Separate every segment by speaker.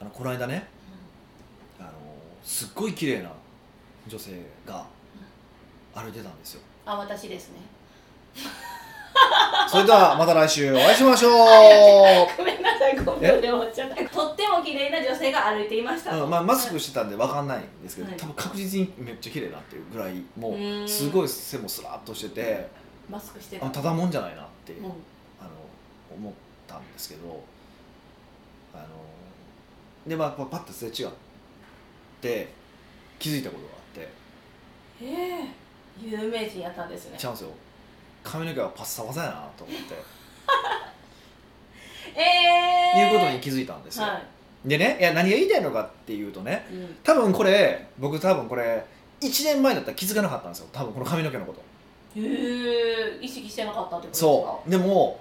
Speaker 1: あのこの間ねあのすっごい綺麗な女性が歩いてたん ですよ
Speaker 2: あ私ですね
Speaker 1: それではまた来週お会いしま しょ
Speaker 2: ごめんなさい5秒で終わっちゃったとっても綺麗な女性が歩いていました、
Speaker 1: う、うんまあ、マスクしてたんで分かんないんですけど、
Speaker 2: はい
Speaker 1: 多分確実にめっちゃ綺麗だっていうぐらいも
Speaker 2: う
Speaker 1: うんすごい背もスラっとしてて
Speaker 2: マスクしてた
Speaker 1: あただもんじゃないなって
Speaker 2: もう
Speaker 1: あの思ったんですけどあのでまあこうパッとすれ違って気づいたことがあって
Speaker 2: ええ有名人やったんですね
Speaker 1: チャンスよ髪の毛はパッサパサやなと思って、
Speaker 2: ええ
Speaker 1: いうことに気づいたんですよ、
Speaker 2: はい、
Speaker 1: でねいや何が言いたいのかっていうとね
Speaker 2: うん、
Speaker 1: 多分これ僕多分これ1年前だったら気づかなかったんですよ多分この髪の毛のこと
Speaker 2: へえ意識してなかったってことですか
Speaker 1: そうでも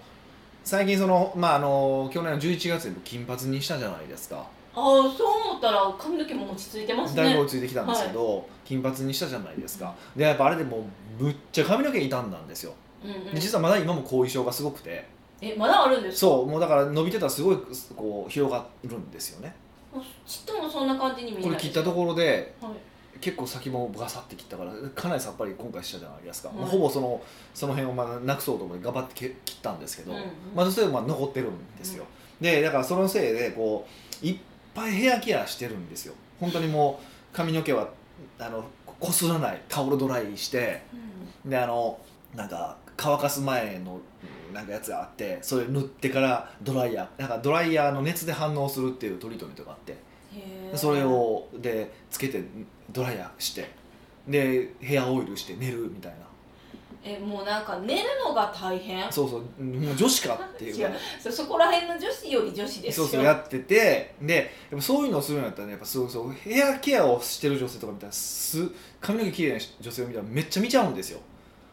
Speaker 1: 最近そのまああの去年の11月に金髪にしたじゃないですか
Speaker 2: ああそう思ったら髪の毛も落ち着いてますね
Speaker 1: だいぶ落ち着いてきたんですけど、金髪にしたじゃないですかでやっぱあれでもうむっちゃ髪の毛傷んだんですよ
Speaker 2: うんうん
Speaker 1: で、実はまだ今も後遺症がすごくて
Speaker 2: えまだあるんですか
Speaker 1: そうもうだから伸びてたらすごいこう広がるんですよね
Speaker 2: あちっともそんな感じに見えな
Speaker 1: こ
Speaker 2: い
Speaker 1: れ切ったところで
Speaker 2: はい
Speaker 1: 結構先もガサって切ったからかなりさっぱり今回したじゃないですか、
Speaker 2: うん
Speaker 1: まあほぼそのその辺をまだなくそうと思って頑張ってけ切ったんですけど、
Speaker 2: うんうん
Speaker 1: まあ、それでもまあ残ってるんですよ、でだからそのせいでこういっぱいヘアケアしてるんですよ本当にもう髪の毛はあのこすらないタオルドライして
Speaker 2: うん
Speaker 1: であのなんか乾かす前のなんかやつがあってそれ塗ってからドライヤーなんかドライヤーの熱で反応するっていうトリートメントがあって
Speaker 2: へえ
Speaker 1: それをでつけてドライヤーしてでヘアオイルして寝るみたい
Speaker 2: えもうなんか寝るのが大変
Speaker 1: なそうそうもう女子かっていうぐらい
Speaker 2: そそこら辺の女子より女子です
Speaker 1: そ
Speaker 2: よ
Speaker 1: うそうやっててでやっぱそういうのをするんやったらねやっぱそうそうヘアケアをしてる女性とか見たらす髪の毛綺麗な女性を見たらめっちゃ見ちゃうんですよ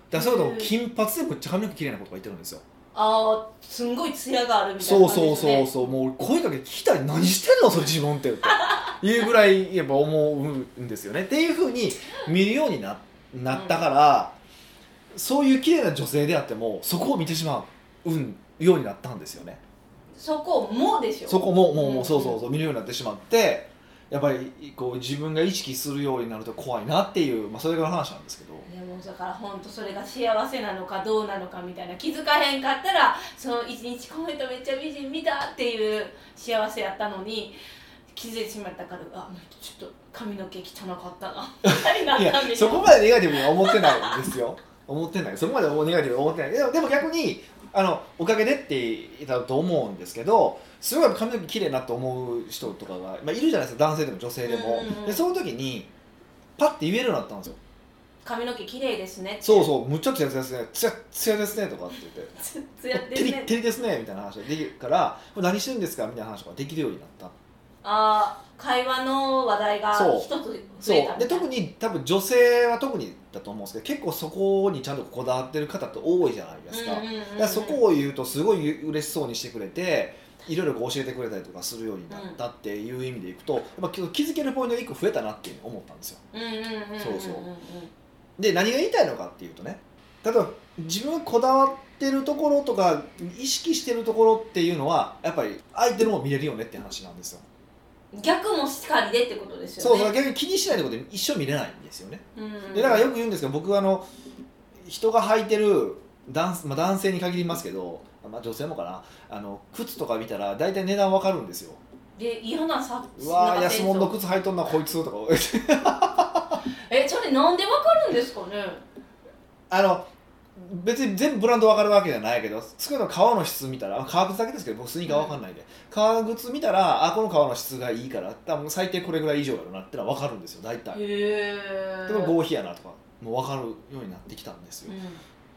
Speaker 1: だからそういうこと
Speaker 2: へー
Speaker 1: 金髪でめっちゃ髪の毛綺麗な子とかいてるんですよ
Speaker 2: ああすんごい艶があるみたい
Speaker 1: そ
Speaker 2: な
Speaker 1: う
Speaker 2: 感じ
Speaker 1: そう
Speaker 2: です
Speaker 1: そう
Speaker 2: ね
Speaker 1: そうもう声かけ聞いたら何してんのそれ自分ってっていうぐらいやっぱ思うんですよねっていうふうに見るようにななったから、そういう綺麗な女性であってもそこを見てしまううんようになったんですよね
Speaker 2: そこもうでしょ
Speaker 1: そこももうも
Speaker 2: う
Speaker 1: うんそうそうそう見るようになってしまってやっぱりこう自分が意識するようになると怖いなっていう、まあ、それが話なんですけど
Speaker 2: でもだから本当それが幸せなのかどうなのかみたいな気づかへんかったらその一日この人めっちゃ美人見たっていう幸せやったのに気づいてしまったからあちょっと髪の毛汚かった な みたい
Speaker 1: い
Speaker 2: になっ
Speaker 1: や
Speaker 2: たんでし
Speaker 1: そ
Speaker 2: ょ
Speaker 1: こまでネガティブには思ってないんですよ思ってないそこまでネガティブには思ってないでもでも逆にあのおかげでって言ったと思うんですけどすごい髪の毛綺麗なと思う人とかが、まあ、いるじゃないですか男性でも女性でも、
Speaker 2: うんうんうん
Speaker 1: でその時にパッて言えるようになったんですよ
Speaker 2: 髪の毛綺麗ですねって
Speaker 1: そうそうむっちゃつやつやですねつやつやですねとかって言って
Speaker 2: つつやって
Speaker 1: て
Speaker 2: る
Speaker 1: り
Speaker 2: ね
Speaker 1: てりですねみたいな話ができるからこれ何してるんですかみたいな話ができるようになった
Speaker 2: あー会話の話題が
Speaker 1: そう
Speaker 2: 一つ
Speaker 1: そ
Speaker 2: 増
Speaker 1: う
Speaker 2: えたみたいな
Speaker 1: で特に多分女性は特にだと思うんですけど結構そこにちゃんとこだわってる方って多いじゃないですか、
Speaker 2: うんうんうんうん
Speaker 1: だからそこを言うとすごい嬉しそうにしてくれていろいろこう教えてくれたりとかするようになったっていう意味でいくと、やっぱ気気づけるポイントが1個増えたなっていうふうに思ったんですよ
Speaker 2: うんうんうんうんうん
Speaker 1: そうそうで何が言いたいのかっていうとね例えば自分がこだわってるところとか意識してるところっていうのはやっぱり相手のも見れるよねって話なんですよ
Speaker 2: 逆もしっかりでってことです
Speaker 1: そ
Speaker 2: よ
Speaker 1: う
Speaker 2: ね
Speaker 1: そう逆に気にしないってことで一生見れないんですよね
Speaker 2: うんうん
Speaker 1: でだからよく言うんですけど僕はあの人が履いてる男,、まあ、男性に限りますけど、まあ、女性もかなあの靴とか見たら大体値段わかるんですよ
Speaker 2: で嫌なさ
Speaker 1: うわ
Speaker 2: な
Speaker 1: ー
Speaker 2: んかテ
Speaker 1: 安
Speaker 2: ンション
Speaker 1: 物の靴履いとんなこいつとか
Speaker 2: えそれなんでわかるんですかね
Speaker 1: あの別に全部ブランドわかるわけじゃないけど少なくとも革の質見たら革靴だけですけど僕スニーカーわかんないで、革靴見たらあこの革の質がいいから多分最低これぐらい以上やろなってのはわかるんですよ大体
Speaker 2: へえ
Speaker 1: でも合皮やなとかもうわかるようになってきたんですよ
Speaker 2: うん
Speaker 1: っ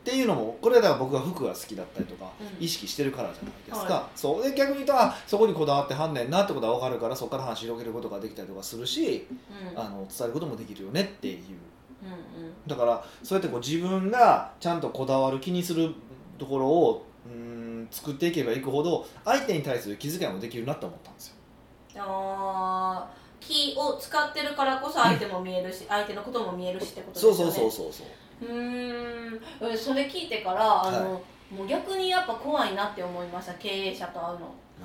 Speaker 1: ていうのもこれだから僕が服が好きだったりとか
Speaker 2: うん
Speaker 1: 意識してるからじゃないですか、
Speaker 2: は
Speaker 1: そうで逆に言うとあそこにこだわってはんねんなってことは分かるからそこから話広げることができたりとかするし、
Speaker 2: うん
Speaker 1: あの伝えることもできるよねっていう
Speaker 2: うんうん
Speaker 1: だからそうやってこう自分がちゃんとこだわる気にするところをうーん作っていけばいくほど相手に対する気遣いもできるなと思ったんですよ
Speaker 2: あー気を使ってるからこそ相手も見えるし相手のことも見えるしってことです
Speaker 1: そ
Speaker 2: よ
Speaker 1: う
Speaker 2: ね
Speaker 1: そうそうそうそう
Speaker 2: うーんえそれ聞いてからあの、もう逆にやっぱ怖いなって思いました経営者と会うの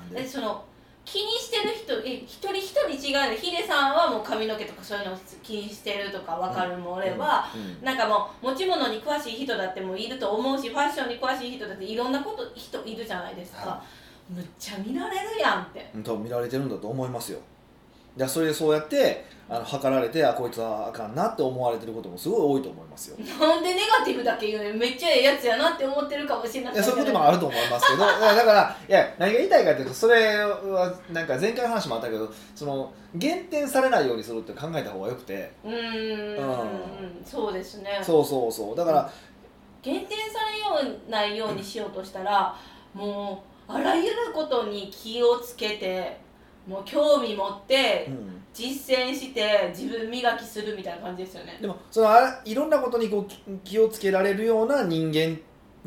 Speaker 1: なん
Speaker 2: え
Speaker 1: で
Speaker 2: その気にしてる人え一人一違うヒデさんはもう髪の毛とかそういうの気にしてるとか分かるも俺は、
Speaker 1: うん
Speaker 2: なんかもう持ち物に詳しい人だってもいると思うしファッションに詳しい人だっていろんなこと人いるじゃないですか、
Speaker 1: は
Speaker 2: むっちゃ見られるやんって
Speaker 1: うん多分見られてるんだと思いますよいやそれでそうやってあの測られてあこいつはあかんなって思われてることもすごい多いと思いますよ
Speaker 2: なんでネガティブだけ言うのにめっちゃええやつやなって思ってるかもしれな い
Speaker 1: いやそういうこともあると思いますけどだからだからいや何が言いたいかというとそれはなんか前回の話もあったけどその減点されないようにするって考えた方がよくて
Speaker 2: うーん
Speaker 1: う
Speaker 2: そうですね
Speaker 1: そうそうそうだから
Speaker 2: 減点されようないようにしようとしたら、もうあらゆることに気をつけてもう興味持って
Speaker 1: うん
Speaker 2: 実践して自分磨きするみたいな感じですよね
Speaker 1: でもそのあらいろんなことにこうき気をつけられるような人間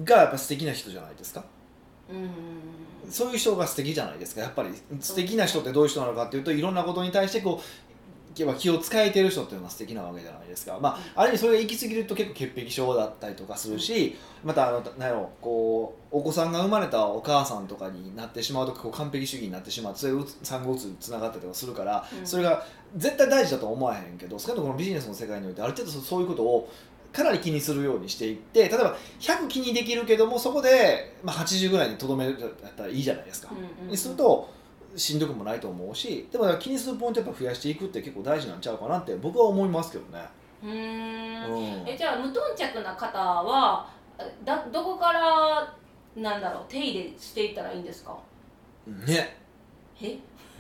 Speaker 1: がやっぱ素敵な人じゃないですか
Speaker 2: うん
Speaker 1: そういう人が素敵じゃないですかやっぱり素敵な人ってどういう人なのかっていうといろんなことに対してこうやっぱ気を使えてる人っていうのは素敵なわけじゃないですか、まあ、ある意味それが行き過ぎると結構潔癖症だったりとかするしまたあのなんやろうこうお子さんが生まれたお母さんとかになってしまうとこう完璧主義になってしまってそれうつ産後うつにつながったりとかするから、
Speaker 2: うん
Speaker 1: それが絶対大事だとは思わへんけど少なくともこのビジネスの世界においてある程度そそういうことをかなり気にするようにしていって例えば100気にできるけどもそこで、まあ、80ぐらいにとどめるだったらいいじゃないですか。
Speaker 2: うんうん
Speaker 1: にするとしんどくもないと思うしでもだから気にするポイントやっぱ増やしていくって結構大事なんちゃうかなって僕は思いますけどね。
Speaker 2: うーん
Speaker 1: うん
Speaker 2: えじゃあ無頓着な方はだどこからなんだろう手入れしていったらいいんですか
Speaker 1: ね
Speaker 2: え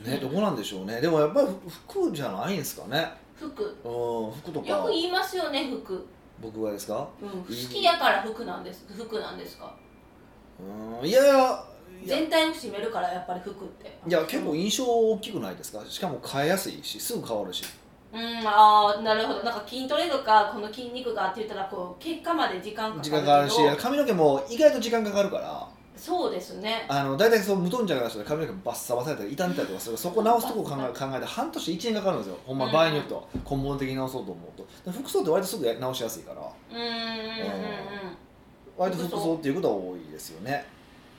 Speaker 1: ねどこなんでしょうねでもやっぱり服じゃないんですかね。
Speaker 2: 服よ
Speaker 1: うん服とか
Speaker 2: く言いますよね服、
Speaker 1: 僕はですか
Speaker 2: うん、好きやから服なんです服なんですか
Speaker 1: うんいやいやいや
Speaker 2: 全体を占めるからやっぱり服って
Speaker 1: いや結構印象大きくないですかしかも変えやすいしすぐ変わるし
Speaker 2: うんああなるほどなんか筋トレとかこの筋肉がって言ったらこう結果まで時間かかる
Speaker 1: 時
Speaker 2: け
Speaker 1: 間
Speaker 2: ど
Speaker 1: かかるし髪の毛も意外と時間かかるから
Speaker 2: そうですね
Speaker 1: あの大体そう無頓着な人で髪の毛バッサバサやったり傷んでたりとかするそこ直すとこ考え考えて半年1年かかるんですよほんま
Speaker 2: うん
Speaker 1: 場合によっては根本的に直そうと思うとで服装って割とすぐ直しやすいから
Speaker 2: うーんうんう
Speaker 1: 割と服装っていうことは多いですよね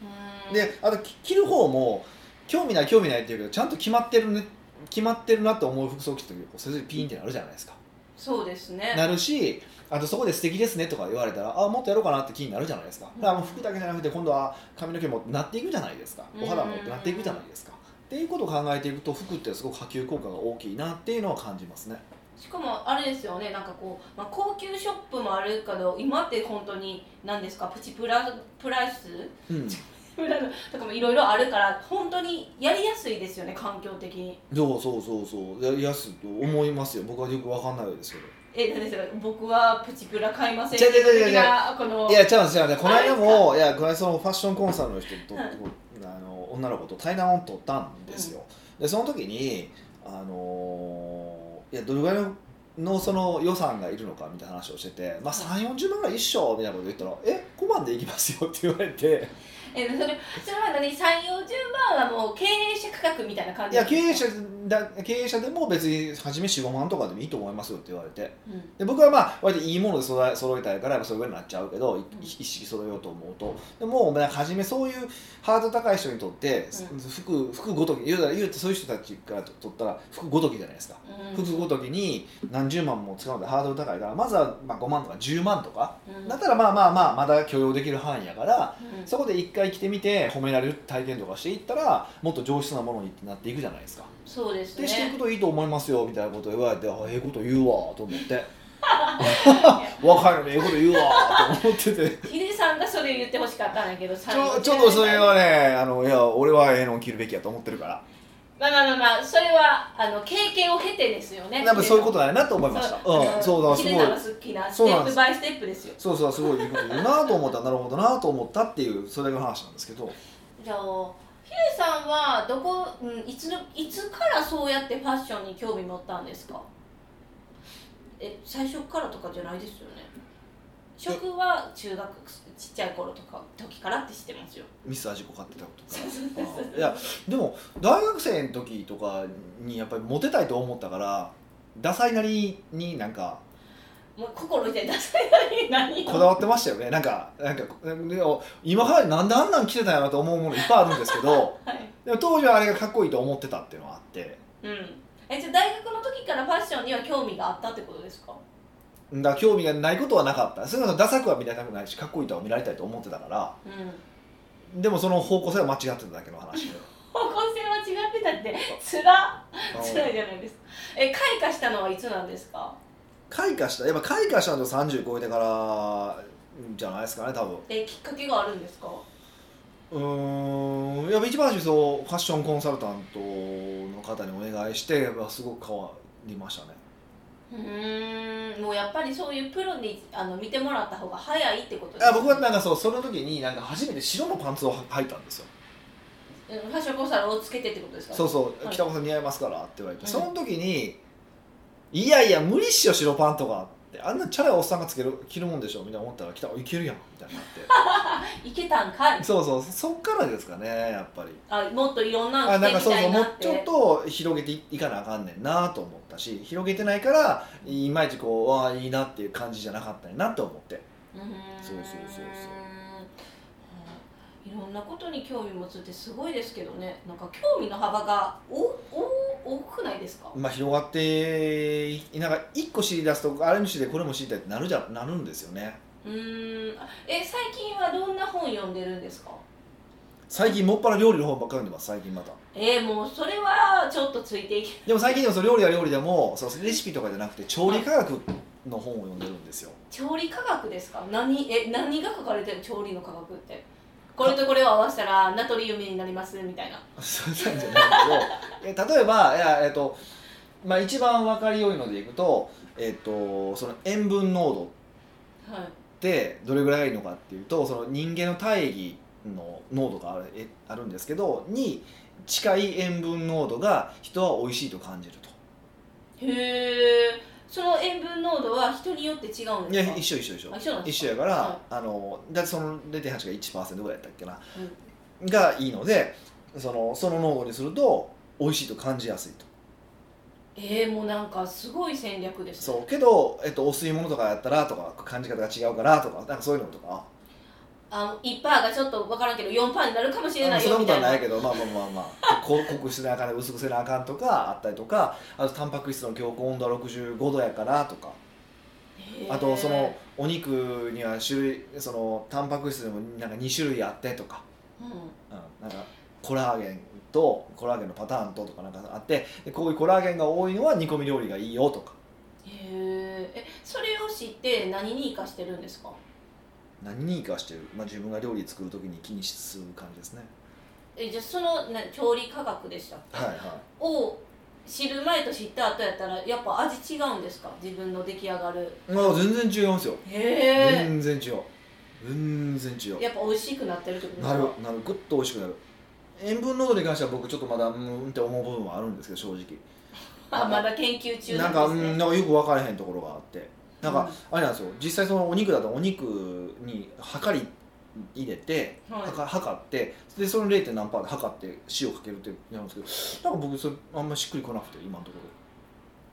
Speaker 2: んうん
Speaker 1: であとき着る方も興味ない興味ないっていうけどちゃんと決まってるね決まってるなって思う服装着てると先生ピーンってなるじゃないですか
Speaker 2: そうですね
Speaker 1: なるしあとそこで素敵ですねとか言われたらあもっとやろうかなって気になるじゃないですかだからもう服だけじゃなくて今度は髪の毛もなっていくじゃないですかお肌もなっていくじゃないですかっていうことを考えていくと服ってすごく波及効果が大きいなっていうのは感じますね
Speaker 2: しかもあれですよねなんかこう、まあ、高級ショップもあるけど今って本当に何ですかプチプラプライス
Speaker 1: うん
Speaker 2: プラとかもいろいろあるから本当にやりやすいですよね環境的に
Speaker 1: そうそうそうそうやりやすいと思いますよ僕はよくわかんないですけど
Speaker 2: え何ですか僕はプチプラ買いません
Speaker 1: 違う違う違う違う
Speaker 2: 的なこの
Speaker 1: いや違うんです違うんですこの間もいやこの間そのファッションコンサルの人と、
Speaker 2: はい
Speaker 1: あの女の子と対談を取ったんですよ、でその時にあのーいやどれぐらいののその予算がいるのかみたいな話をしてて、まあ、3 4 0万ぐらい一緒みたいなこと言ったら「え5万でいきますよ」って言われて
Speaker 2: えそれそれは何3 4 0万はもう経営者価格みたい
Speaker 1: 「
Speaker 2: な感
Speaker 1: い
Speaker 2: じ
Speaker 1: や経営者だ経営者でも別に初め45万とかでもいいと思いますよ」って言われて
Speaker 2: うん
Speaker 1: で僕はまあ割といいもので揃え揃えたいからやっぱそれぐらいになっちゃうけど、い一式揃えようと思うとでもうまあ初めそういうハードル高い人にとって、
Speaker 2: うん
Speaker 1: 服服ごとき言うたら言うてそういう人たちからと取ったら服ごときじゃないですか、
Speaker 2: うん
Speaker 1: 服ごときに何十万も使うのでハードル高いからまずはまあ5万とか10万とか、
Speaker 2: うん
Speaker 1: だったらまあまあまあまだ許容できる範囲やから
Speaker 2: うん
Speaker 1: そこで一回着てみて褒められる体験とかしていったらもっと上質なものになっていくじゃないですか。
Speaker 2: そうです
Speaker 1: でしてい
Speaker 2: ね
Speaker 1: くといいと思いますよみたいなことを言われてあええこと言うわと思って 若いのにええこと言うわと思ってて
Speaker 2: ヒデさんがそれ言ってほしかったんだけど
Speaker 1: ちょちょっとそれはねあのいや俺はええのを着るべきやと思ってるか
Speaker 2: まあまあまあまあそれはあの経験を経てですよね
Speaker 1: らやっぱそういうことだよなと思いましたうんそうだす
Speaker 2: す
Speaker 1: ごい
Speaker 2: ごいヒデさんが好きなス
Speaker 1: そう
Speaker 2: テ
Speaker 1: なん
Speaker 2: ッ
Speaker 1: です
Speaker 2: プバイステップですよ
Speaker 1: そうそうすごいいいこと言うなと思ったなるほどなと思ったっていうそれだけの話なんですけど
Speaker 2: じゃあヒデさんはどこ、うん、いつのいつからそうやってファッションに興味持ったんですかえ最初からとかじゃないですよね職は中学ちっちゃい頃とか時からって知ってますよ
Speaker 1: ミス味ー事故買ってた こと
Speaker 2: そうそうそうそう
Speaker 1: あーいやでも大学生の時とかにやっぱりモテたいと思ったからダサいなりになんか
Speaker 2: もう心痛い出さない何
Speaker 1: こだわってましたよねなんかなんかでも今からなんであんなん着てたんやろ と思うものいっぱいあるんですけど
Speaker 2: はい
Speaker 1: でも当時はあれがかっこいいと思ってたっていうのはあって
Speaker 2: うんえじゃあ大学の時からファッションには興味があったってことですか
Speaker 1: だから興味がないことはなかったそれこそダサくは見られたくないしかっこいいとは見られたいと思ってたから
Speaker 2: うん
Speaker 1: でもその方向性は間違ってただけの話で
Speaker 2: 方向性は違ってたってつら
Speaker 1: あの
Speaker 2: つらいじゃないですかえ開花したのはいつなんですか
Speaker 1: 開花したやっぱ開花したのと30超えてからじゃないですかね多分
Speaker 2: えきっかけがあるんですか
Speaker 1: うーんやっぱ一番最初そうファッションコンサルタントの方にお願いしてやっぱすごく変わりましたね
Speaker 2: うーんもうやっぱりそういうプロにあの見てもらった方が早いってことです
Speaker 1: あ僕はなんかそうその時になんか初めて白のパンツを履いたんですよ
Speaker 2: うんファッションコンサルをつけてってことですか
Speaker 1: そうそう「
Speaker 2: はい
Speaker 1: 北岡さん似合いますから」って言われて、
Speaker 2: うん
Speaker 1: その時に「いやいや無理っしよ白パンとか」ってあんなチャラいおっさんがつける着るもんでしょみたいな思ったら「北岡いけるやん」みたいにな っ
Speaker 2: いけたんかい
Speaker 1: てそうそうそっからですかねやっぱり
Speaker 2: あもっといろんな
Speaker 1: あ
Speaker 2: の着
Speaker 1: なんか
Speaker 2: てみ
Speaker 1: そう
Speaker 2: た
Speaker 1: そう
Speaker 2: い
Speaker 1: も
Speaker 2: な
Speaker 1: う
Speaker 2: って
Speaker 1: ちょっと広げていいかなあかんねんなと思ったし広げてないからいまいちこうああいいなっていう感じじゃなかったんやなと思って
Speaker 2: うーん
Speaker 1: そうそうそうそ
Speaker 2: うんいろんなことに興味持つってすごいですけどねなんか興味の幅がおお多くないですか
Speaker 1: まあ広がっていなんか一個知り出すとあれも知りたいこれも知りたいってなるじゃなるんですよね
Speaker 2: うーんえ最近はどんな本読んでるんですか
Speaker 1: 最近もっぱら料理の方ばっかり読んでます最近また
Speaker 2: えー、もうそれはちょっとついていけ
Speaker 1: でも最近でもその料理は料理でもそうレシピとかじゃなくて調理科学の本を読んでるんですよ
Speaker 2: 調理科学ですか何え何が書かれてる調理の科学ってこれとこれを合わせたらナトリウムになりますみたいな
Speaker 1: そうなんじゃないけど え例えばいや、えっとまあ、一番分かりよいのでいくと,、えっとその塩分濃度
Speaker 2: はい
Speaker 1: ってどれぐらいがいいのかっていうとその人間の体液の濃度があるえあるんですけどに近い塩分濃度が人は美味しいと感じると
Speaker 2: へえその塩分濃度は人によって違うん
Speaker 1: い
Speaker 2: で
Speaker 1: や
Speaker 2: すか
Speaker 1: 一緒一緒一緒
Speaker 2: あ一緒なんで
Speaker 1: 一
Speaker 2: す
Speaker 1: 緒
Speaker 2: か
Speaker 1: やから、
Speaker 2: は
Speaker 1: あのだってその0.8が1%ぐらいだったっけな、がいいのでそのその濃度にすると美味しいと感じやすいと
Speaker 2: えー、もうなんかすごい戦略ですね
Speaker 1: そうけど、えっと、お吸い物とかやったらとか感じ方が違うからとかなんかそういうのとか
Speaker 2: あの1パーがちょっと分からんけど4パーになるかもしれ
Speaker 1: あ
Speaker 2: ない
Speaker 1: そんな
Speaker 2: よ
Speaker 1: こ
Speaker 2: み
Speaker 1: と
Speaker 2: た
Speaker 1: はいな
Speaker 2: ない
Speaker 1: けどまあまあまあまあこ 濃くしてなあかんね薄くせなあかんとかあったりとかあとタンパク質の強固温度は65度やからとか
Speaker 2: へー
Speaker 1: あとそのお肉には種類そのタンパク質でもなんか2種類あってとか、
Speaker 2: う
Speaker 1: うん、なんかコラーゲンとコラーゲンのパターンととかなんかあってでこういうコラーゲンが多いのは煮込み料理がいいよとか
Speaker 2: んへーえそれを知って何に生かしてるんですか
Speaker 1: 何に生かしてる、まあ、自分が料理作る時に気にする感じですね
Speaker 2: えじゃあそのな調理科学でした
Speaker 1: はいは
Speaker 2: を知る前と知った後やったらやっぱ味違うんですか自分の出来上がる
Speaker 1: いまあ全然違いますよ
Speaker 2: へ
Speaker 1: 全
Speaker 2: え
Speaker 1: 然違う全然違う
Speaker 2: やっぱ美味しくなってるってことです
Speaker 1: な
Speaker 2: か
Speaker 1: るなるぐっと美味しくなる塩分濃度に関しては僕ちょっとまだうーんって思う部分はあるんですけど正直
Speaker 2: あまだ研究中
Speaker 1: な
Speaker 2: なんん
Speaker 1: か
Speaker 2: で
Speaker 1: う
Speaker 2: す
Speaker 1: ん
Speaker 2: ね
Speaker 1: なんかよく分からへんところがあってなんか、あれなんですよ実際そのお肉だとお肉に量り入れて、
Speaker 2: はい
Speaker 1: はか測ってでその 0. 何パーで測って塩かけるってやるんですけどなんか僕それあんましっくりこなくて今のとこ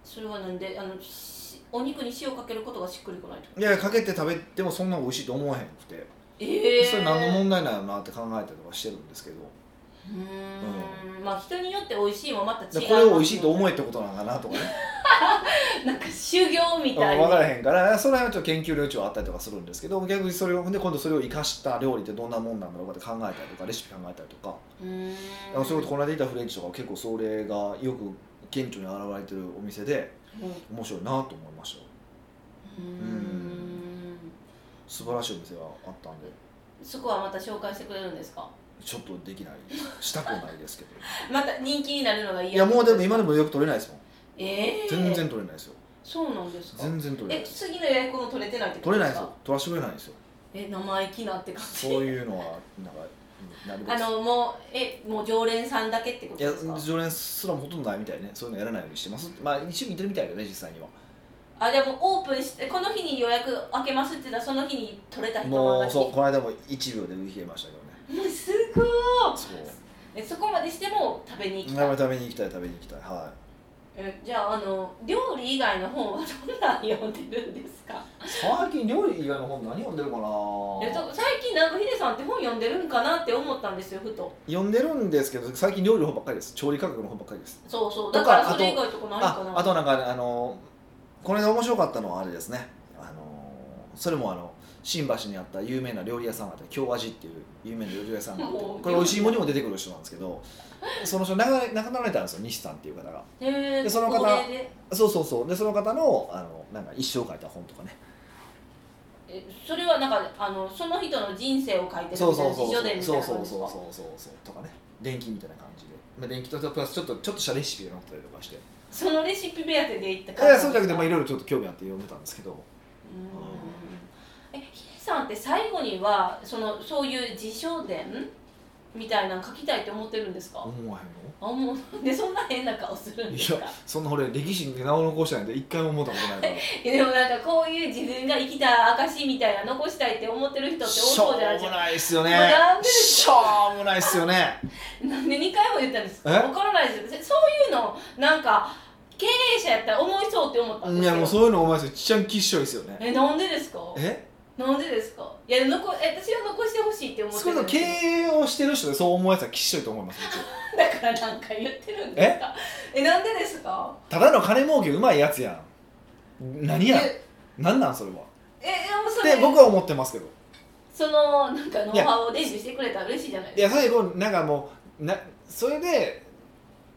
Speaker 2: それはなんであのしお肉に塩かけることがしっくりこないと
Speaker 1: ろいやいやかけて食べてもそんな美味しいと思わへんくて、
Speaker 2: ええ
Speaker 1: それ何の問題なんやろなって考えたりとかしてるんですけど
Speaker 2: うーんまあ人によって美味しいもまた
Speaker 1: で
Speaker 2: 違う
Speaker 1: これを美味しいと思えってことなんかなとかね
Speaker 2: なんか修行みたい
Speaker 1: 分から
Speaker 2: ん
Speaker 1: へんからその辺はちょっと研究の余地はあったりとかするんですけど逆にそれをほんで今度それを生かした料理ってどんなもんなんだろうかって考えたりとかレシピ考えたりとか、
Speaker 2: うーん
Speaker 1: あのそれこそこの間いたフレンチとかは結構それがよく顕著に現れてるお店で
Speaker 2: うんう
Speaker 1: 面白いなと思いましたよ
Speaker 2: ーん
Speaker 1: 素晴らしいお店があったんで
Speaker 2: そこはまた紹介してくれるんですか
Speaker 1: ちょっとできないしたくはないですけど
Speaker 2: また人気になるのが嫌
Speaker 1: いやもうでも今でもよく取れないですもん
Speaker 2: ええ
Speaker 1: 全然取れないですよ
Speaker 2: そうなんですか
Speaker 1: 全然取れない
Speaker 2: え
Speaker 1: です
Speaker 2: 次の予約も取れてないってこ
Speaker 1: 取
Speaker 2: と
Speaker 1: れな
Speaker 2: で
Speaker 1: い
Speaker 2: す
Speaker 1: です
Speaker 2: か
Speaker 1: よ取らしてくれないんですよ
Speaker 2: え生意気なって感じ
Speaker 1: そういうのはなんかうんなるべく
Speaker 2: あのもうえもう常連さんだけってこと
Speaker 1: いや
Speaker 2: ですか
Speaker 1: 常連すらもほとんどないみたいねそういうのやらないようにしてますまあ一応似てるみたいだよね実際には
Speaker 2: あでもオープンしてこの日に予約開けますって言ったらその日に取れた人
Speaker 1: もう
Speaker 2: 勝ち
Speaker 1: そうこの間も1秒で売り切れましたけどね
Speaker 2: もうすごい
Speaker 1: そう
Speaker 2: えそこまでしても食べに行きたい
Speaker 1: 食べに行きたい食べに行きたいは
Speaker 2: えじゃああの料理以外の本はどんなん読んでるんですか
Speaker 1: 最近料理以外の本何読んでるかな
Speaker 2: えと最近なんかヒデさんって本読んでるんかなって思ったんですよふと
Speaker 1: 読んでるんですけど最近料理の本ばっかりです調理科学の本ばっかりです
Speaker 2: そうそう
Speaker 1: と
Speaker 2: だ
Speaker 1: か
Speaker 2: からそれ以外とかないか
Speaker 1: あ
Speaker 2: な
Speaker 1: あとなんかあのこれで面白かったのはあれですねあのそれもあの新橋にあった有名な料理屋さんがあって京味っていう有名な料理屋さん があって
Speaker 2: もう
Speaker 1: これ美味しいもにも出てくる人なんですけどその人亡くな亡くなられたんですよ西さんっていう方が
Speaker 2: へ
Speaker 1: で
Speaker 2: え
Speaker 1: その方
Speaker 2: 高齢で
Speaker 1: そうそうそうでその方のあのなんか一生書いた本とかね
Speaker 2: えそれはなんかあのその人の人生を書いてる
Speaker 1: そう
Speaker 2: み
Speaker 1: そ
Speaker 2: たい
Speaker 1: う
Speaker 2: な
Speaker 1: そう
Speaker 2: 自
Speaker 1: そう
Speaker 2: 叙伝みたい
Speaker 1: そう
Speaker 2: な
Speaker 1: そう
Speaker 2: 感じ
Speaker 1: そう
Speaker 2: ですか
Speaker 1: そうそうとかね電気みたいな感じで、まあ、電気とプラスちょっとちょっとしたレシピが載ってたりとかして
Speaker 2: そのレシピ目当てでいった
Speaker 1: いやそうじゃなくて、まあ、い
Speaker 2: うん
Speaker 1: ろいろちょっと興味あって読んでたんですけど
Speaker 2: えヒデさんって最後にはそのそういう自叙伝みたいなの書きたいって思ってるんですか、
Speaker 1: 思わへんの
Speaker 2: あもうなんでそんな変な顔するんですか
Speaker 1: そんな俺歴史に名を残してないんで一回も思ったことない から
Speaker 2: いやでもなんかこういう自分が生きた証みたいな残したいって思ってる人って多
Speaker 1: しょ
Speaker 2: そう
Speaker 1: う
Speaker 2: じゃないです
Speaker 1: も
Speaker 2: か
Speaker 1: ないっすよね
Speaker 2: なんでです
Speaker 1: しょうもないっすよ ね
Speaker 2: なんで2回も言ったんですか
Speaker 1: え
Speaker 2: わからないですよそういうのなんか経営者やったら思いそうって思ったんです
Speaker 1: い
Speaker 2: よ
Speaker 1: やもうそういうのお前ですよちっちゃんきっしょいっすよね
Speaker 2: えなんでですか
Speaker 1: え
Speaker 2: なんでですかいや残え私は残してほしいって思っ
Speaker 1: そ
Speaker 2: て
Speaker 1: ういう
Speaker 2: るん
Speaker 1: の
Speaker 2: で
Speaker 1: 経
Speaker 2: すよ
Speaker 1: 営をしてる人でそう思うやつはきっしょいと思います 僕
Speaker 2: だからなんか言ってるんですかえなんでですか
Speaker 1: ただの金儲けうまいやつやん何やん
Speaker 2: え
Speaker 1: 何なんそれは
Speaker 2: えでもそ
Speaker 1: って
Speaker 2: れ
Speaker 1: 僕は思ってますけど
Speaker 2: そのなんかノウハウを伝授してくれたら嬉しいじゃない
Speaker 1: い
Speaker 2: で
Speaker 1: や最後なんかもうなそれで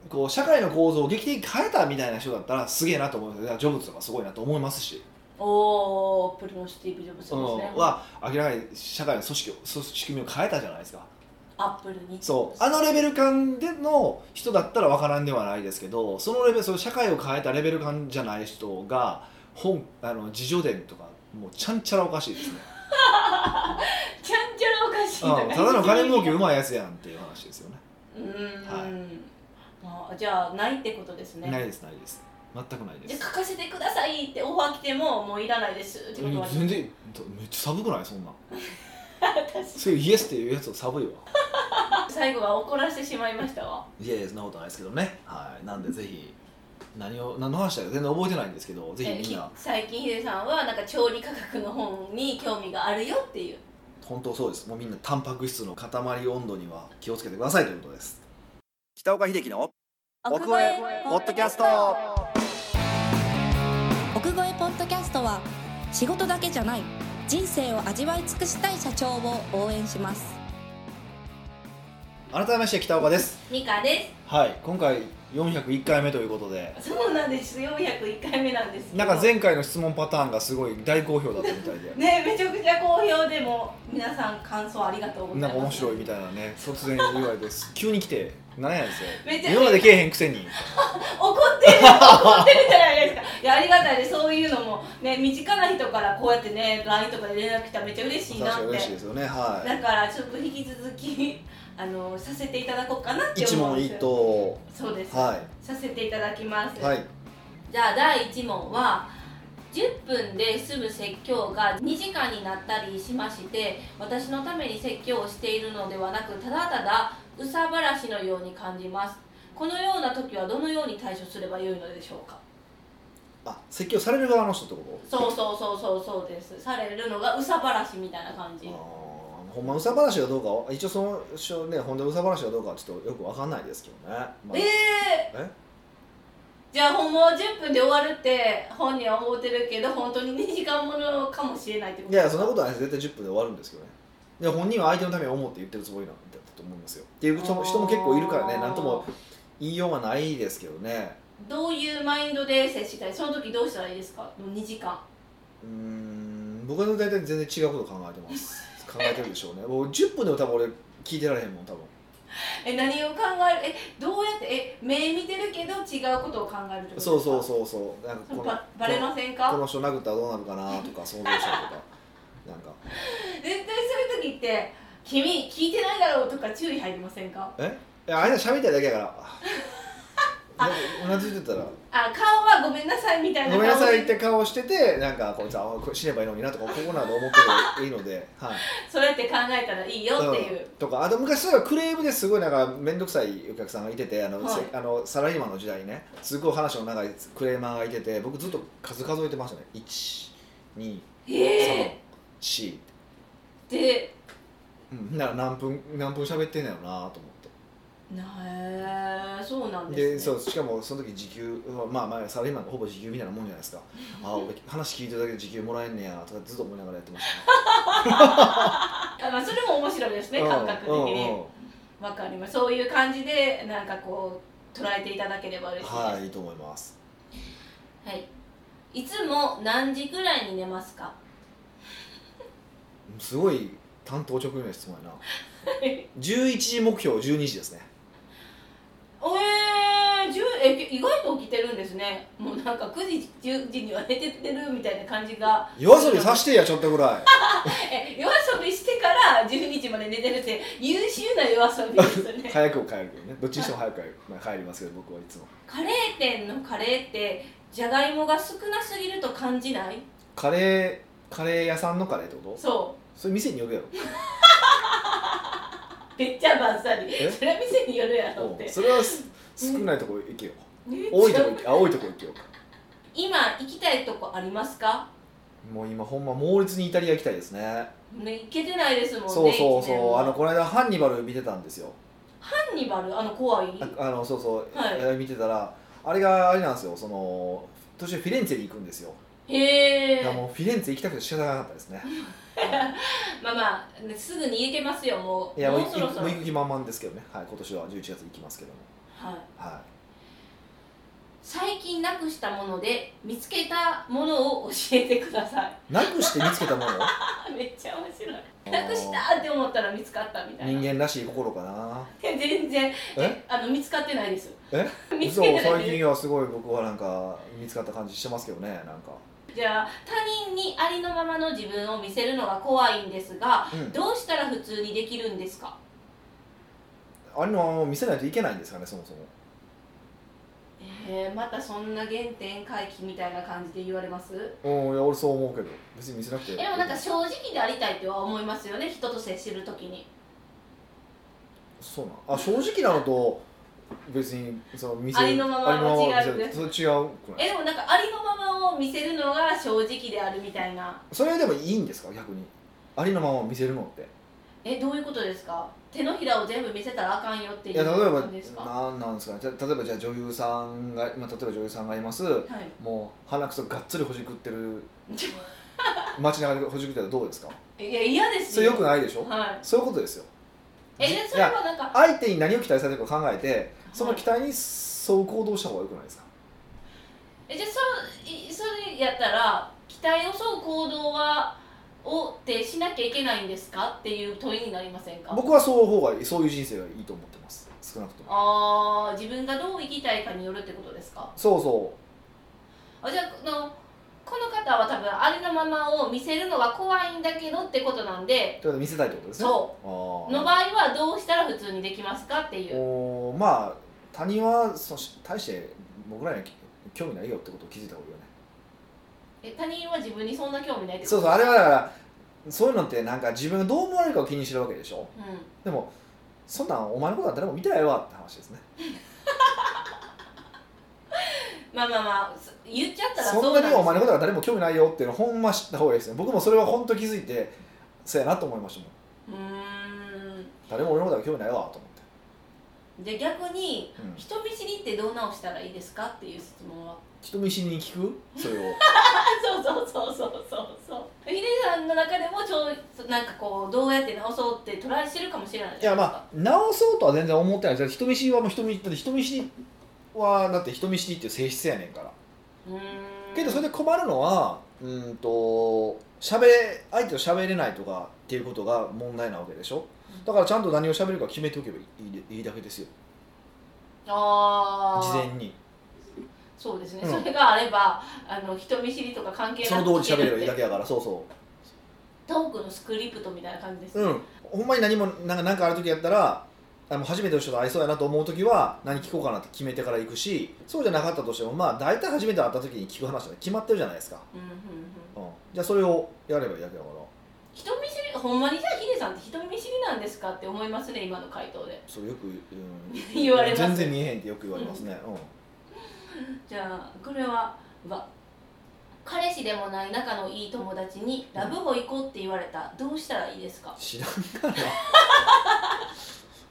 Speaker 1: こう社会の構造を劇的に変えたみたいな人だったらすげえなと思うんですよだからジョブズとかすごいなと思いますし
Speaker 2: すかおおプロのスティーブ・ジョブズです
Speaker 1: その
Speaker 2: ね
Speaker 1: は明らかに社会の組織を組織仕組みを変えたじゃないですか
Speaker 2: アップルに
Speaker 1: そうあのレベル感での人だったら分からんではないですけどそのレベルその社会を変えたレベル感じゃない人が本あの自叙伝とかもうちゃんちゃらおかしい ですね、
Speaker 2: ちゃんちゃらおかしいとか
Speaker 1: うん、ただの金儲けうまいやつやんっていう話ですよね
Speaker 2: うーん、
Speaker 1: は
Speaker 2: まあ、じゃあないってことですね
Speaker 1: ないですないです全くないで
Speaker 2: じゃ
Speaker 1: す
Speaker 2: あ書かせてくださいってオファー来てももういらないですってことは
Speaker 1: 全然めっちゃ寒くないそんなん
Speaker 2: 私
Speaker 1: そういうイエスっていうやつは寒いわ
Speaker 2: 最後は怒らせてしまいましたわ
Speaker 1: いやいやそんなことないですけどねはいなんでぜひ何を何の話だか全然覚えてないんですけどぜひみんな
Speaker 2: え最近ヒデさんはなんか調理科学の本に興味があるよっていう
Speaker 1: 本当そうですもうみんなタンパク質の塊温度には気をつけてくださいということです北岡秀樹の奥越えポッドキャスト
Speaker 3: 奥越えポッドキャストは仕事だけじゃない人生を味わい尽くしたい社長を応援します
Speaker 1: 改めまして北岡です
Speaker 2: ミカで
Speaker 1: はい今回401回目ということです
Speaker 2: そうなんです401回目なんですけ
Speaker 1: な
Speaker 2: ど
Speaker 1: んか前回の質問パターンがすごい大好評だったみたい で
Speaker 2: ねめちゃくちゃ好評でも皆さん感想ありがとうござい
Speaker 1: な
Speaker 2: ま
Speaker 1: ん
Speaker 2: す
Speaker 1: か面白いみたいなね突然言われて 急に来てなんやねんそ
Speaker 2: めっち
Speaker 1: れ
Speaker 2: ゃ
Speaker 1: 今までけえへんくせに
Speaker 2: 怒ってる怒ってるじゃないですかいやありがたいですそういうのもね身近な人からこうやってね LINE とかで連絡来たらめっちゃ嬉しいな
Speaker 1: 確か
Speaker 2: っ
Speaker 1: に
Speaker 2: て
Speaker 1: 嬉しいですよねは
Speaker 2: だからちょっと引き続きあのさせていただこうかなっ
Speaker 1: い
Speaker 2: て
Speaker 1: 一
Speaker 2: 思うん
Speaker 1: 問
Speaker 2: で
Speaker 1: 一
Speaker 2: すよ
Speaker 1: 答
Speaker 2: そうです、
Speaker 1: は
Speaker 2: させていただきます、
Speaker 1: いはい
Speaker 2: じゃあ第1問は10分で済む説教が2時間になったりしまして私のために説教をしているのではなくただただ憂さ晴らしのように感じますこのような時はどのように対処すればよいのでしょうか
Speaker 1: あ説教される側の人ってこと
Speaker 2: そうそうそうそうそうですされるのが憂さ晴らしみたいな感じ
Speaker 1: あーほんまうさばらしがどうかは一応その人ねほんでうさばらしがどうかはちょっとよくわかんないですけどね、まあ
Speaker 2: ええ
Speaker 1: え
Speaker 2: じゃあほんまは10分で終わるって本人は思ってるけど本当に2時間ものかもしれないってこと
Speaker 1: いやいやそんなことはないです絶対10分で終わるんですけどねで本人は相手のために思って言ってるつもりなんだったと思いますよっていう人も人も結構いるからねなんとも言いようがないですけどね
Speaker 2: どういうマインドで接したいその時どうしたらいいですか2時間
Speaker 1: うーん僕は大体全然違うこと考えてます考えてるでしょうねもう10分でも多分俺聞いてられへんもん多分
Speaker 2: え何を考えるえどうやってえ目見てるけど違うことを考えるってことですか
Speaker 1: そうそうそうそうなんかこの
Speaker 2: ばバレません
Speaker 1: こ
Speaker 2: か
Speaker 1: の人殴ったらどうなるかなとか想像したりとかなんか
Speaker 2: 絶対そういう時って君聞いてないだろうとか注意入りませんか
Speaker 1: いやあれは喋りたいだけやから うなずいてたら「
Speaker 2: あ顔はごめんなさいみたいな
Speaker 1: ごめんなさい」っ
Speaker 2: で
Speaker 1: て顔しててなんかこいつあこれ死ねばいいのになとかこうなど思ってもいいの で、はい、
Speaker 2: そうやって考えたらいいよっていう、
Speaker 1: とかあと昔そういえばクレームですごいなんか面倒くさいお客さんがいててあの、
Speaker 2: はい
Speaker 1: せあのサラリーマンの時代にねすごい話の長いクレーマーがいてて僕ずっと数数えてましたね123
Speaker 2: え
Speaker 1: 4
Speaker 2: ー、で
Speaker 1: うん、なら何分何分喋ってんのよなと思って
Speaker 2: なえそうなん
Speaker 1: で
Speaker 2: です、
Speaker 1: そ
Speaker 2: ね、
Speaker 1: うしかもその時時給まあまあサラリーマンがほぼ時給みたいなもんじゃないですかあ俺話聞いてるだけで時給もらえんねやとかずっと思いながらや ってまし
Speaker 2: あまあ、それも面白いです
Speaker 1: た
Speaker 2: ね
Speaker 1: うん
Speaker 2: 感覚的
Speaker 1: うん
Speaker 2: に
Speaker 1: うん
Speaker 2: わかりますそういう感じでなんかこう捉えていただければ嬉しいです
Speaker 1: はいいいと思います
Speaker 2: はい、いつも何時くらいに寝ますか
Speaker 1: すごい担当直入の質問や な
Speaker 2: え
Speaker 1: 11時目標12時ですね
Speaker 2: ー、10え意外と起きてるんですねもうなんか9時10時には寝ててるみたいな感じが
Speaker 1: 夜遊びさしてやちょっとぐら
Speaker 2: え夜遊びしてから12時まで寝てるって優秀な夜遊びです
Speaker 1: い
Speaker 2: ね
Speaker 1: 早くも帰るけどねどっちにしても早く帰る、まあ、帰りますけど僕はいつも
Speaker 2: カレー店のカレーってじゃがいもが少なすぎると感じない
Speaker 1: カレーカレー屋さんのカレーってこと
Speaker 2: そ
Speaker 1: それ店によるや
Speaker 2: うめっちゃバッサリ
Speaker 1: え
Speaker 2: それは店によるや
Speaker 1: ろ
Speaker 2: ろっ
Speaker 1: うん
Speaker 2: て
Speaker 1: それはす少ないとこ行 けよ
Speaker 2: めっちゃ
Speaker 1: 多いとこ行けあ多いとこ行けよ
Speaker 2: 今行きたいとこありますか
Speaker 1: もう今ほんま猛烈にイタリア行きたいですね
Speaker 2: ね行けてないですもんね
Speaker 1: そうそう
Speaker 2: 一
Speaker 1: そ
Speaker 2: 年
Speaker 1: う
Speaker 2: も
Speaker 1: あのこの間ハンニバル見てたんですよ
Speaker 2: ハンニバルあの怖い
Speaker 1: ああのそうそう、
Speaker 2: はい
Speaker 1: えー見てたらあれがあれなんですよその途中フィレンツェに行くんですよ、
Speaker 2: へ
Speaker 1: い
Speaker 2: え
Speaker 1: やもうフィレンツェ行きたくて仕方がなかったですね
Speaker 2: まあまあねすぐに行けますよもう
Speaker 1: いやもう
Speaker 2: もうそろそろ
Speaker 1: もう行く気満々ですけどね、はい、今年は11月行きますけども
Speaker 2: はい、
Speaker 1: は
Speaker 2: 最近なくしたもので見つけたものを教えてください
Speaker 1: いなくして見つけたもの
Speaker 2: あめっちゃ面白いなくしたって思ったら見つかったみたい
Speaker 1: 人
Speaker 2: な
Speaker 1: 間らしい心かな
Speaker 2: 全然
Speaker 1: え
Speaker 2: あの見つかってないです
Speaker 1: え
Speaker 2: 見つ
Speaker 1: 嘘
Speaker 2: けてない
Speaker 1: 最
Speaker 2: です
Speaker 1: 近はすごい僕はなんか見つかった感じしてますけどねなんか、
Speaker 2: じゃあ他人にありのままの自分を見せるのが怖いんですが
Speaker 1: うん、
Speaker 2: どうしたら普通にできるんですか
Speaker 1: あれのまま見せないといけないんですかねそもそも
Speaker 2: えー、またそんな原点回帰みたいな感じで言われます
Speaker 1: うんいや俺そう思うけど別に見せなくて
Speaker 2: えでもなんか正直でありたいとは思いますよね人と接するときに
Speaker 1: そうなんあ正直なのと別にその見せ
Speaker 2: ありのまま
Speaker 1: ありのまま見せ
Speaker 2: 違うね
Speaker 1: それ違うくない
Speaker 2: えでもなんかありのままを見せるのが正直であるみたいな
Speaker 1: それでもいいんですか逆にありのまま見せるのって
Speaker 2: えどういうことですか手のひらを全部見せたらあかんよってい
Speaker 1: いうや例えば
Speaker 2: ことですかは
Speaker 1: なんなんですかねじゃ例えばじゃあ女優さんが、まあ、例えば女優さんがいます
Speaker 2: い
Speaker 1: もう鼻くそがっつりほじくって る街中でほじくってたらどうですか
Speaker 2: いや嫌ですよ
Speaker 1: それよくないでしょ
Speaker 2: はい
Speaker 1: そういうことですよ
Speaker 2: え
Speaker 1: じ
Speaker 2: でそ
Speaker 1: い
Speaker 2: れ
Speaker 1: や
Speaker 2: はなんか
Speaker 1: 相手に何を期待されてるか考えてその
Speaker 2: はい
Speaker 1: 期待に沿う行動した方がよくないですか
Speaker 2: えじゃあそいそれやったら期待を沿う行動はをってしなきゃいけないんですかっていう問いになりませんか
Speaker 1: 僕はそう方がいいそういう人生がいいと思ってます少なくとも
Speaker 2: ああ自分がどう生きたいかによるってことですか
Speaker 1: そうそう
Speaker 2: あじゃあこのこの方は多分ありのままを見せるのが怖いんだけどってことなんで
Speaker 1: ということで見せたいってことですね
Speaker 2: そ
Speaker 1: あー
Speaker 2: の場合はどうしたら普通にできますかっていう
Speaker 1: おーまあ他人はそし大して僕らには興味ないよってことを気づいた方がいいよね
Speaker 2: え他人は自分にそんな興味ないってこと
Speaker 1: そうそうあれはだからそういうのってなんか自分がどう思われるかを気にしてるわけでしょでもそんなんお前のことは誰も見てないわって話ですね
Speaker 2: うん、まあまあまあそ言っちゃったら
Speaker 1: そん
Speaker 2: うなん
Speaker 1: な
Speaker 2: で
Speaker 1: に
Speaker 2: す
Speaker 1: お前のことは誰も興味ないよっていうのほんま知った方がいいですね僕もそれは本当気づいてそうやなと思いましたもん
Speaker 2: うーん
Speaker 1: 誰も俺のことは興味ないわと思って、
Speaker 2: じゃあ逆に
Speaker 1: うん、
Speaker 2: 人見知りってどう直したらいいですかっていう質問は
Speaker 1: 人見知りに聞くそれを
Speaker 2: あそうそうそうそうそうそうヒデさんの中でもちょうなんかこうどうやって直そうってトライしてるかもしれない
Speaker 1: いやまあ直そうとは全然思ってないです人見知りはもう人見だって人見知りはだって人見知りっていう性質やねんから
Speaker 2: うーん
Speaker 1: けどそれで困るのはうんと喋相手と喋れないとかっていうことが問題なわけでしょだからちゃんと何を喋るか決めておけばいいいいいいだけですよ
Speaker 2: ああ
Speaker 1: 事前に
Speaker 2: そうですね、
Speaker 1: うん
Speaker 2: それがあればあの人見知りとか関係なく
Speaker 1: その通り喋ればいいだ
Speaker 2: け
Speaker 1: けやからそうそ
Speaker 2: トークのスクリプトみたいな感じです、
Speaker 1: ううんほんまに何もなんかなんかある時やったらあの初めての人と会いそうやなと思う時は何聞こうかなって決めてから行くしそうじゃなかったとしてもまあ大体初めて会った時に聞く話は決まってるじゃないですか、
Speaker 2: うんうんうん
Speaker 1: うん、じゃあそれをやればいいだけだから
Speaker 2: 人見知りほんまにじゃあヒデさんって人見知りなんですかって思いますね今の回答で
Speaker 1: そうよく、うん
Speaker 2: 言われます
Speaker 1: 全然見えへんってよく言われますね、うん
Speaker 2: じゃあこれはわ彼氏でもない仲のいい友達に「ラブホ行こう」って言われたどうしたらいいですか
Speaker 1: 知らんから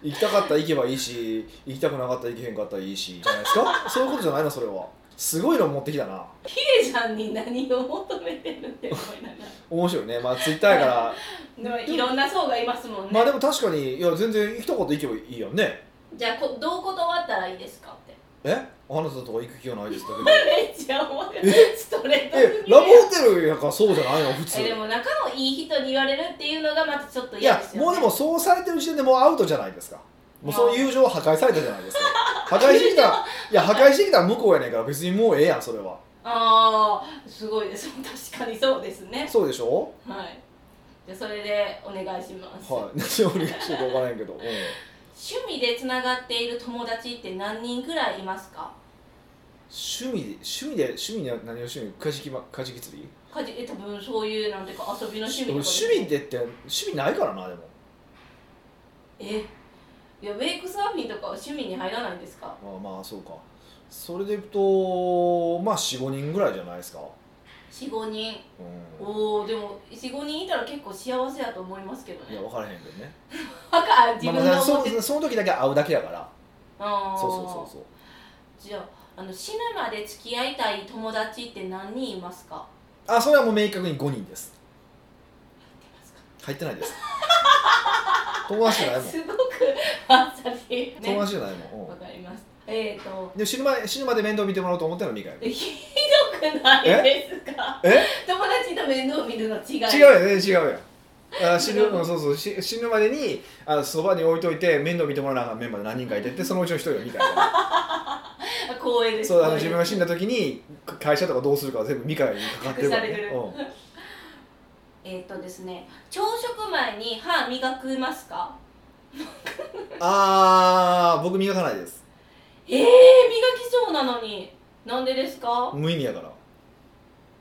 Speaker 1: 行きたかったら行けばいいし行きたくなかったら行けへんかったらいいしじゃないですかそういうことじゃないのそれはすごいの持ってきたな
Speaker 2: ヒデさんに何を求めてるって思いな
Speaker 1: 面白いねまあツイッターやから
Speaker 2: がらでもいろんな層がいますもんね、
Speaker 1: まあでも確かにいや全然一言行けばいいやんね
Speaker 2: じゃあこどう断ったらいいですかって
Speaker 1: えあなたとは行く気はないですだ
Speaker 2: めっちゃ思って
Speaker 1: え
Speaker 2: ストレー
Speaker 1: けどえ
Speaker 2: トに
Speaker 1: ラブホテルやからそうじゃないの普通
Speaker 2: えでも仲のいい人に言われるっていうのがまたちょっと
Speaker 1: い
Speaker 2: 嫌
Speaker 1: や
Speaker 2: ですよ、ね、
Speaker 1: もうでもそうされてる時点でもうアウトじゃないですかもうその友情は破壊されたじゃないです か破壊してきたらいや破壊してきたら向こうやねんから別にもうええやんそれは
Speaker 2: ああすごい です確かにそうですね
Speaker 1: そうでしょ
Speaker 2: はいじゃあそれでお願いします、
Speaker 1: はい何を理解してるか分からへんけど、うん
Speaker 2: 趣味でつながっている友達って何人くらいいますか
Speaker 1: 趣味で趣味で趣味で何を趣味カジキまカジキ釣り
Speaker 2: かじえ多分そういうなんていうか遊びの趣味
Speaker 1: 俺
Speaker 2: とかで
Speaker 1: 趣味でって趣味ないからなでも
Speaker 2: えいやウェイクサーフィンとかは趣味に入らないんですか
Speaker 1: まあまあそうかそれでいくとまあ45人ぐらいじゃないですか、
Speaker 2: 45人
Speaker 1: う
Speaker 2: おおでも45人いたら結構幸せやと思いますけど
Speaker 1: ん、い や
Speaker 2: ね
Speaker 1: 分からへんけどね、
Speaker 2: バカ自
Speaker 1: まあ、
Speaker 2: 分
Speaker 1: ま
Speaker 2: の
Speaker 1: あ
Speaker 2: 思
Speaker 1: そ
Speaker 2: って
Speaker 1: うその時だけ会うだけやから
Speaker 2: あー
Speaker 1: そうそうそうそう
Speaker 2: じゃああの死ぬまで付き合いたい友達って何人いますか
Speaker 1: あそれはもう明確に5人です入ってない です友達じゃないもん
Speaker 2: すごくあっさりね
Speaker 1: 友達じゃないもん、う
Speaker 2: わ
Speaker 1: ん
Speaker 2: かりますえっ、ー、と
Speaker 1: で死ぬまで死ぬまで面倒見てもらおうと思ってるのはミカエル
Speaker 2: ひどくないですか
Speaker 1: え
Speaker 2: 友達と面倒見るの違い
Speaker 1: 違うよね違うよあ死ぬうんそうそうし死ぬまでにあのそばに置いといて面倒見てもらわなあかんメンバーで何人かいてってそのうちの一人みたいな
Speaker 2: 光栄 です
Speaker 1: そうあの自
Speaker 2: 光栄
Speaker 1: 分
Speaker 2: で
Speaker 1: が
Speaker 2: す
Speaker 1: 死んだ時にか会社とかどうするかは全部ミカエルにかかってるから、ね
Speaker 2: 隠されてる
Speaker 1: うん
Speaker 2: えっ、ー、とですね朝食前に歯磨くますか
Speaker 1: あー僕磨かないです
Speaker 2: えー、磨きそうなのになんでですか
Speaker 1: 無意味やから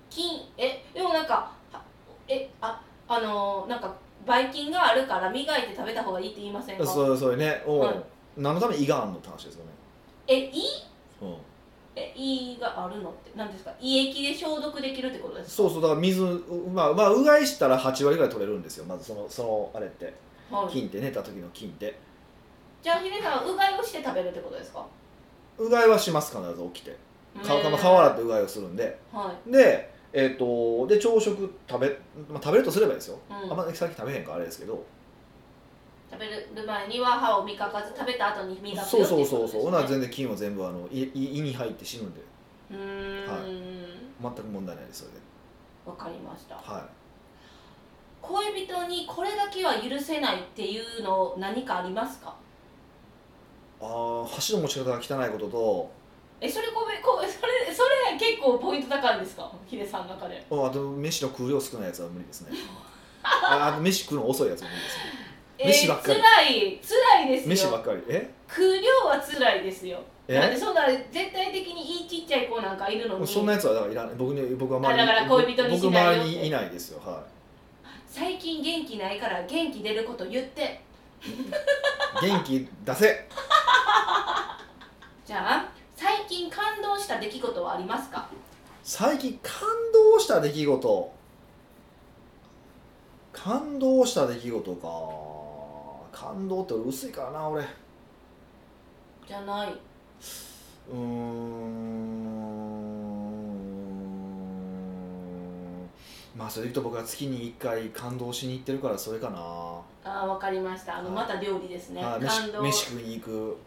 Speaker 2: 菌えでもなんかはえああのーなんかばい菌があるから磨いて食べた方がいいって言いませんか
Speaker 1: そうそうねおう、
Speaker 2: はい
Speaker 1: 何のために胃があんのって話ですよね、
Speaker 2: えいい
Speaker 1: うん、
Speaker 2: え胃があるのって何ですか胃液で消毒できるってことですか
Speaker 1: そうそうだから水うまあまあうがいしたら8割ぐらい取れるんですよまずそのそのあれって
Speaker 2: はい
Speaker 1: 菌って寝た時の菌って
Speaker 2: じゃあヒデさんはうがいをして食べるってことですか
Speaker 1: うがいはします必ず起きて顔
Speaker 2: へー
Speaker 1: 顔洗ってうがいをするんで
Speaker 2: はい
Speaker 1: で,、えー、とで朝食食べ、まあ、食べるとすればですよ、
Speaker 2: うん
Speaker 1: あんまり最近食べへんからあれですけど
Speaker 2: 食べる前には歯を磨かず食べた後に磨くよって
Speaker 1: そ
Speaker 2: いうこと
Speaker 1: そう
Speaker 2: です、
Speaker 1: そ
Speaker 2: ね、
Speaker 1: うそうほな全然菌は全部あのいい胃に入って死ぬんで
Speaker 2: うーん、
Speaker 1: は全く問題ないですそれで
Speaker 2: わかりました
Speaker 1: はい
Speaker 2: 恋人にこれだけは許せないっていうの何かありますか
Speaker 1: あー箸の持ち方が汚いことと
Speaker 2: えそれこめこ それそれ結構ポイント高いんですかヒデさんの中で
Speaker 1: うんあと飯の食う量少ないやつは無理ですね ああと飯食うの遅いやつは無理ですね
Speaker 2: え
Speaker 1: 飯ばっかり
Speaker 2: 辛い辛いですよ
Speaker 1: 飯ばっかりえ
Speaker 2: 食う量は辛いですよだって
Speaker 1: え
Speaker 2: そんな絶対的にいいちっちゃい子なんかいるのに
Speaker 1: そんなやつはだからいらない僕に僕は周り
Speaker 2: あだから恋人に
Speaker 1: 僕
Speaker 2: し
Speaker 1: 僕
Speaker 2: ないよって
Speaker 1: 周りにいないですよは
Speaker 2: 最近元気ないから元気出ること言って
Speaker 1: い元気出せ
Speaker 2: じゃあ最近感動した出来事はありますか
Speaker 1: 最近感動した出来事感動した出来事か感動って俺薄いからな俺う
Speaker 2: じゃない
Speaker 1: ーんまあそれでいくと僕は月に1回感動しに行ってるからそれかな、
Speaker 2: あーわかりましたあの
Speaker 1: はい
Speaker 2: また料理ですね、
Speaker 1: はい
Speaker 2: 感
Speaker 1: 飯
Speaker 2: 動
Speaker 1: 飯食いに行く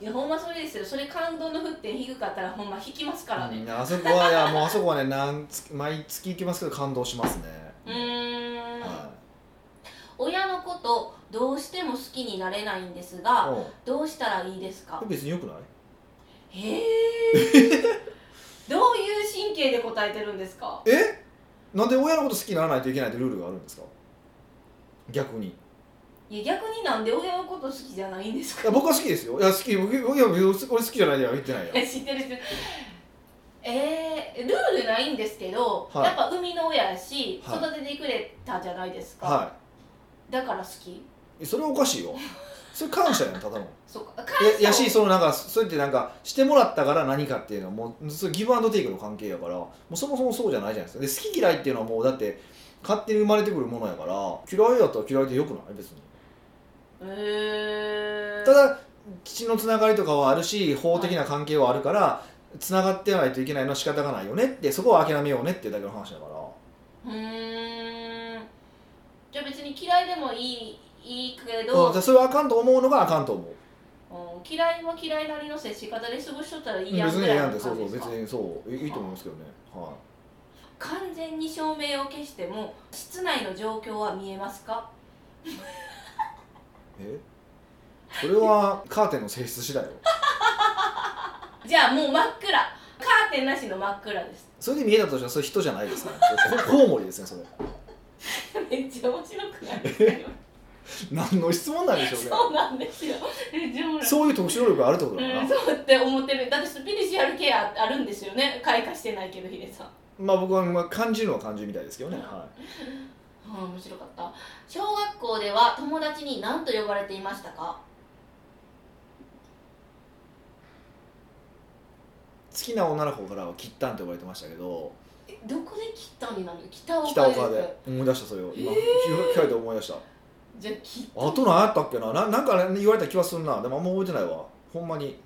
Speaker 2: いやほんまそれですよそれ感動の沸点低かったらほんま引きますから
Speaker 1: う
Speaker 2: ね
Speaker 1: んあそこはいやもうあそこはねなんつ毎月行きますけど感動しますね、
Speaker 2: うーん
Speaker 1: は
Speaker 2: 親のことどうしても好きになれないんです
Speaker 1: い
Speaker 2: が
Speaker 1: うん
Speaker 2: どうしたらいいです か
Speaker 1: これ別によくない
Speaker 2: へえどういう神経で答えてるんですか
Speaker 1: えなんで親のこと好きにならないといけないってルールがあるんですか逆に
Speaker 2: いいや逆になんで親のこと好きじゃないんです
Speaker 1: いや
Speaker 2: か
Speaker 1: 僕は好きですよいや好き僕いや僕俺好きじゃないでは言ってないよ
Speaker 2: 知ってる人えー、ルールないんですけど、
Speaker 1: はい
Speaker 2: やっぱ生みの親やし
Speaker 1: はい
Speaker 2: 育ててくれたじゃないですか、
Speaker 1: は
Speaker 2: だから好き
Speaker 1: いそれはおかしいよそれ感謝やんただの
Speaker 2: そうか
Speaker 1: ややし
Speaker 2: を
Speaker 1: そのなんかそうやってなんかしてもらったから何かっていうのはもうそれギブアンドテイクの関係やからもうそもそもそうじゃないじゃないですかで好き嫌いっていうのはもうだって勝手に生まれてくるものやから嫌いだったら嫌いでよくない別に
Speaker 2: えー、
Speaker 1: ただ血のつながりとかはあるし法的な関係はあるからつながってないといけないのは仕方がないよねってそこは諦めようねっていうだけの話だから
Speaker 2: うーんじゃあ別に嫌いでもいいいいけ
Speaker 1: うんだ
Speaker 2: ど、
Speaker 1: からそれはあかんと思うのがあかんと思う
Speaker 2: うん嫌いは嫌いなりの接し方で過ごしとったらいいやん
Speaker 1: 別
Speaker 2: ぐ
Speaker 1: に
Speaker 2: ら
Speaker 1: ええ
Speaker 2: い
Speaker 1: やんっ
Speaker 2: の
Speaker 1: てそう
Speaker 2: 感じ
Speaker 1: そう
Speaker 2: です
Speaker 1: 別
Speaker 2: か
Speaker 1: にそういいいと思いますけどねは
Speaker 2: 完全に照明を消しても室内の状況は見えますか
Speaker 1: いえそれはカーテンの性質次第よ
Speaker 2: じゃあもう真っ暗カーテンなしの真っ暗です
Speaker 1: それで見えたとしたらそれ人じゃないですからね こコウモリですねそれ
Speaker 2: めっちゃ面白くないですか
Speaker 1: 何の質問なんでしょうね
Speaker 2: そうなんですよめっちゃ面白い
Speaker 1: そういう特殊能力があるってことだからな、
Speaker 2: うん、そうって思ってるだってスピリチュアルケアあるんですよね開花してないけどヒデさん
Speaker 1: まあ僕はまあ感じるのは感じるみたいですけどね、は
Speaker 2: はあ面白かった小学校では友達に何と呼ばれていましたか
Speaker 1: い、好きな女の子からは「キッタン」って呼ばれてましたけど
Speaker 2: えどこで北になるの北岡
Speaker 1: 北
Speaker 2: です
Speaker 1: 岡で思い出したそれを今
Speaker 2: え
Speaker 1: 聞かれて思い出した
Speaker 2: じゃあきっ
Speaker 1: あと何やったっけなななんか、ね、言われた気はするなでもあんま覚えてないわほんまに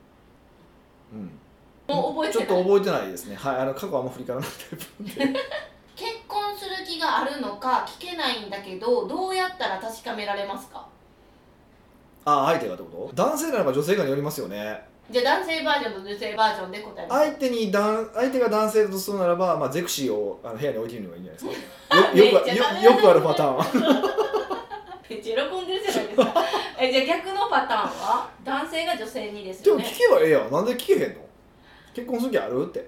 Speaker 1: うん
Speaker 2: もう覚えてない
Speaker 1: ちょっと覚えてないですねはいあの過去はあんま振り返らないタイプ なんで
Speaker 2: 結婚する気があるのか聞けないんだけどどうやったら確かめられますか
Speaker 1: あ相手がってこと男性なのか女性かによりますよね
Speaker 2: じゃあ男性バージョンと女性バージョンで答えます
Speaker 1: 相手に男相手が男性だとするならば、まあ、ゼクシーをあの部屋に置いてみるのがいいんじゃないですかよよくあ
Speaker 2: めっちゃダメ
Speaker 1: よよくあるパターン
Speaker 2: めっちゃ喜んでるじゃないですかえじゃあ逆のパターンは男性が女性にです
Speaker 1: で
Speaker 2: よ
Speaker 1: も
Speaker 2: ね
Speaker 1: 聞けばええやんなんで聞けへんの結婚する気あるって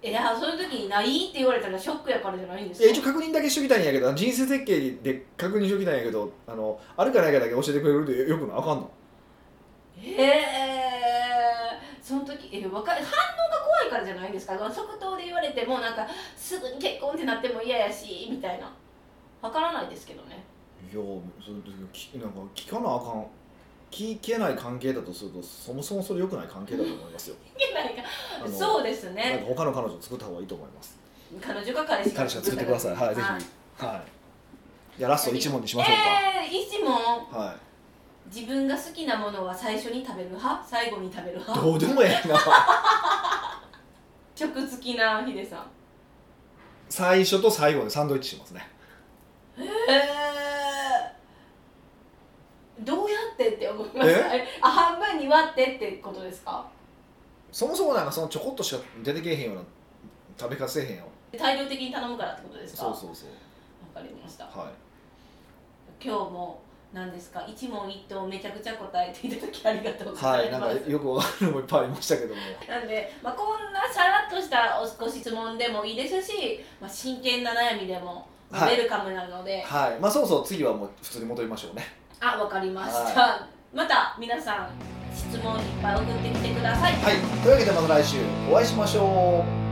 Speaker 2: いやそういう時に「ない?」って言われたらショックやからじゃないんで
Speaker 1: い
Speaker 2: す
Speaker 1: や
Speaker 2: よ
Speaker 1: 一応確認だけしときたいんやけど人生設計で確認しときたいんやけどあのあるかないかだけ教えてくれるとよよくないあかんの
Speaker 2: へえその時えわかる反応が怖いからじゃないですか即答で言われてもなんかすぐに結婚ってなっても嫌やしみたいなわからないですけどね
Speaker 1: いやそのきなんか聞かなあかん聞けない関係だとするとそもそもそれ良くない関係だと思いますよ
Speaker 2: いけないか
Speaker 1: あの
Speaker 2: そうです
Speaker 1: なん
Speaker 2: ね
Speaker 1: か他の彼女を作った方がいいと思います
Speaker 2: 彼女か彼氏か
Speaker 1: 彼氏を作ってくださいはいぜ
Speaker 2: はい
Speaker 1: ひはいじゃあラスト1問にしましょう
Speaker 2: えー、一問
Speaker 1: か、はい
Speaker 2: 自分が好きなものは最初に食べる派最後に食べる派
Speaker 1: どうでもええな
Speaker 2: 食好きなヒデさん
Speaker 1: 最初と最後でサンドイッチしますね
Speaker 2: へえどうやってって思いましたえあ半分に割ってってことですか
Speaker 1: そもそもなんかそのちょこっとしか出てけえへんような食べかせへんよ
Speaker 2: 大量的に頼むからってことですか
Speaker 1: そうそうそう
Speaker 2: わかりました
Speaker 1: はい
Speaker 2: 今日も何ですか一問一答めちゃくちゃ答えていただきありがとうご
Speaker 1: は
Speaker 2: ざ
Speaker 1: い
Speaker 2: い
Speaker 1: なん
Speaker 2: ます、
Speaker 1: かよくわかるのもいっぱいありましたけども
Speaker 2: なんで、まあ、こんなさらっとしたおご質問でもいいですし、まあ、真剣な悩みでも、まあ
Speaker 1: はい
Speaker 2: ウェルカムなので
Speaker 1: はいまあそろそろ次はもう普通に戻りましょうね
Speaker 2: あわかりました、また皆さん質問いっぱい送ってきてください
Speaker 1: はいというわけでまた来週お会いしましょう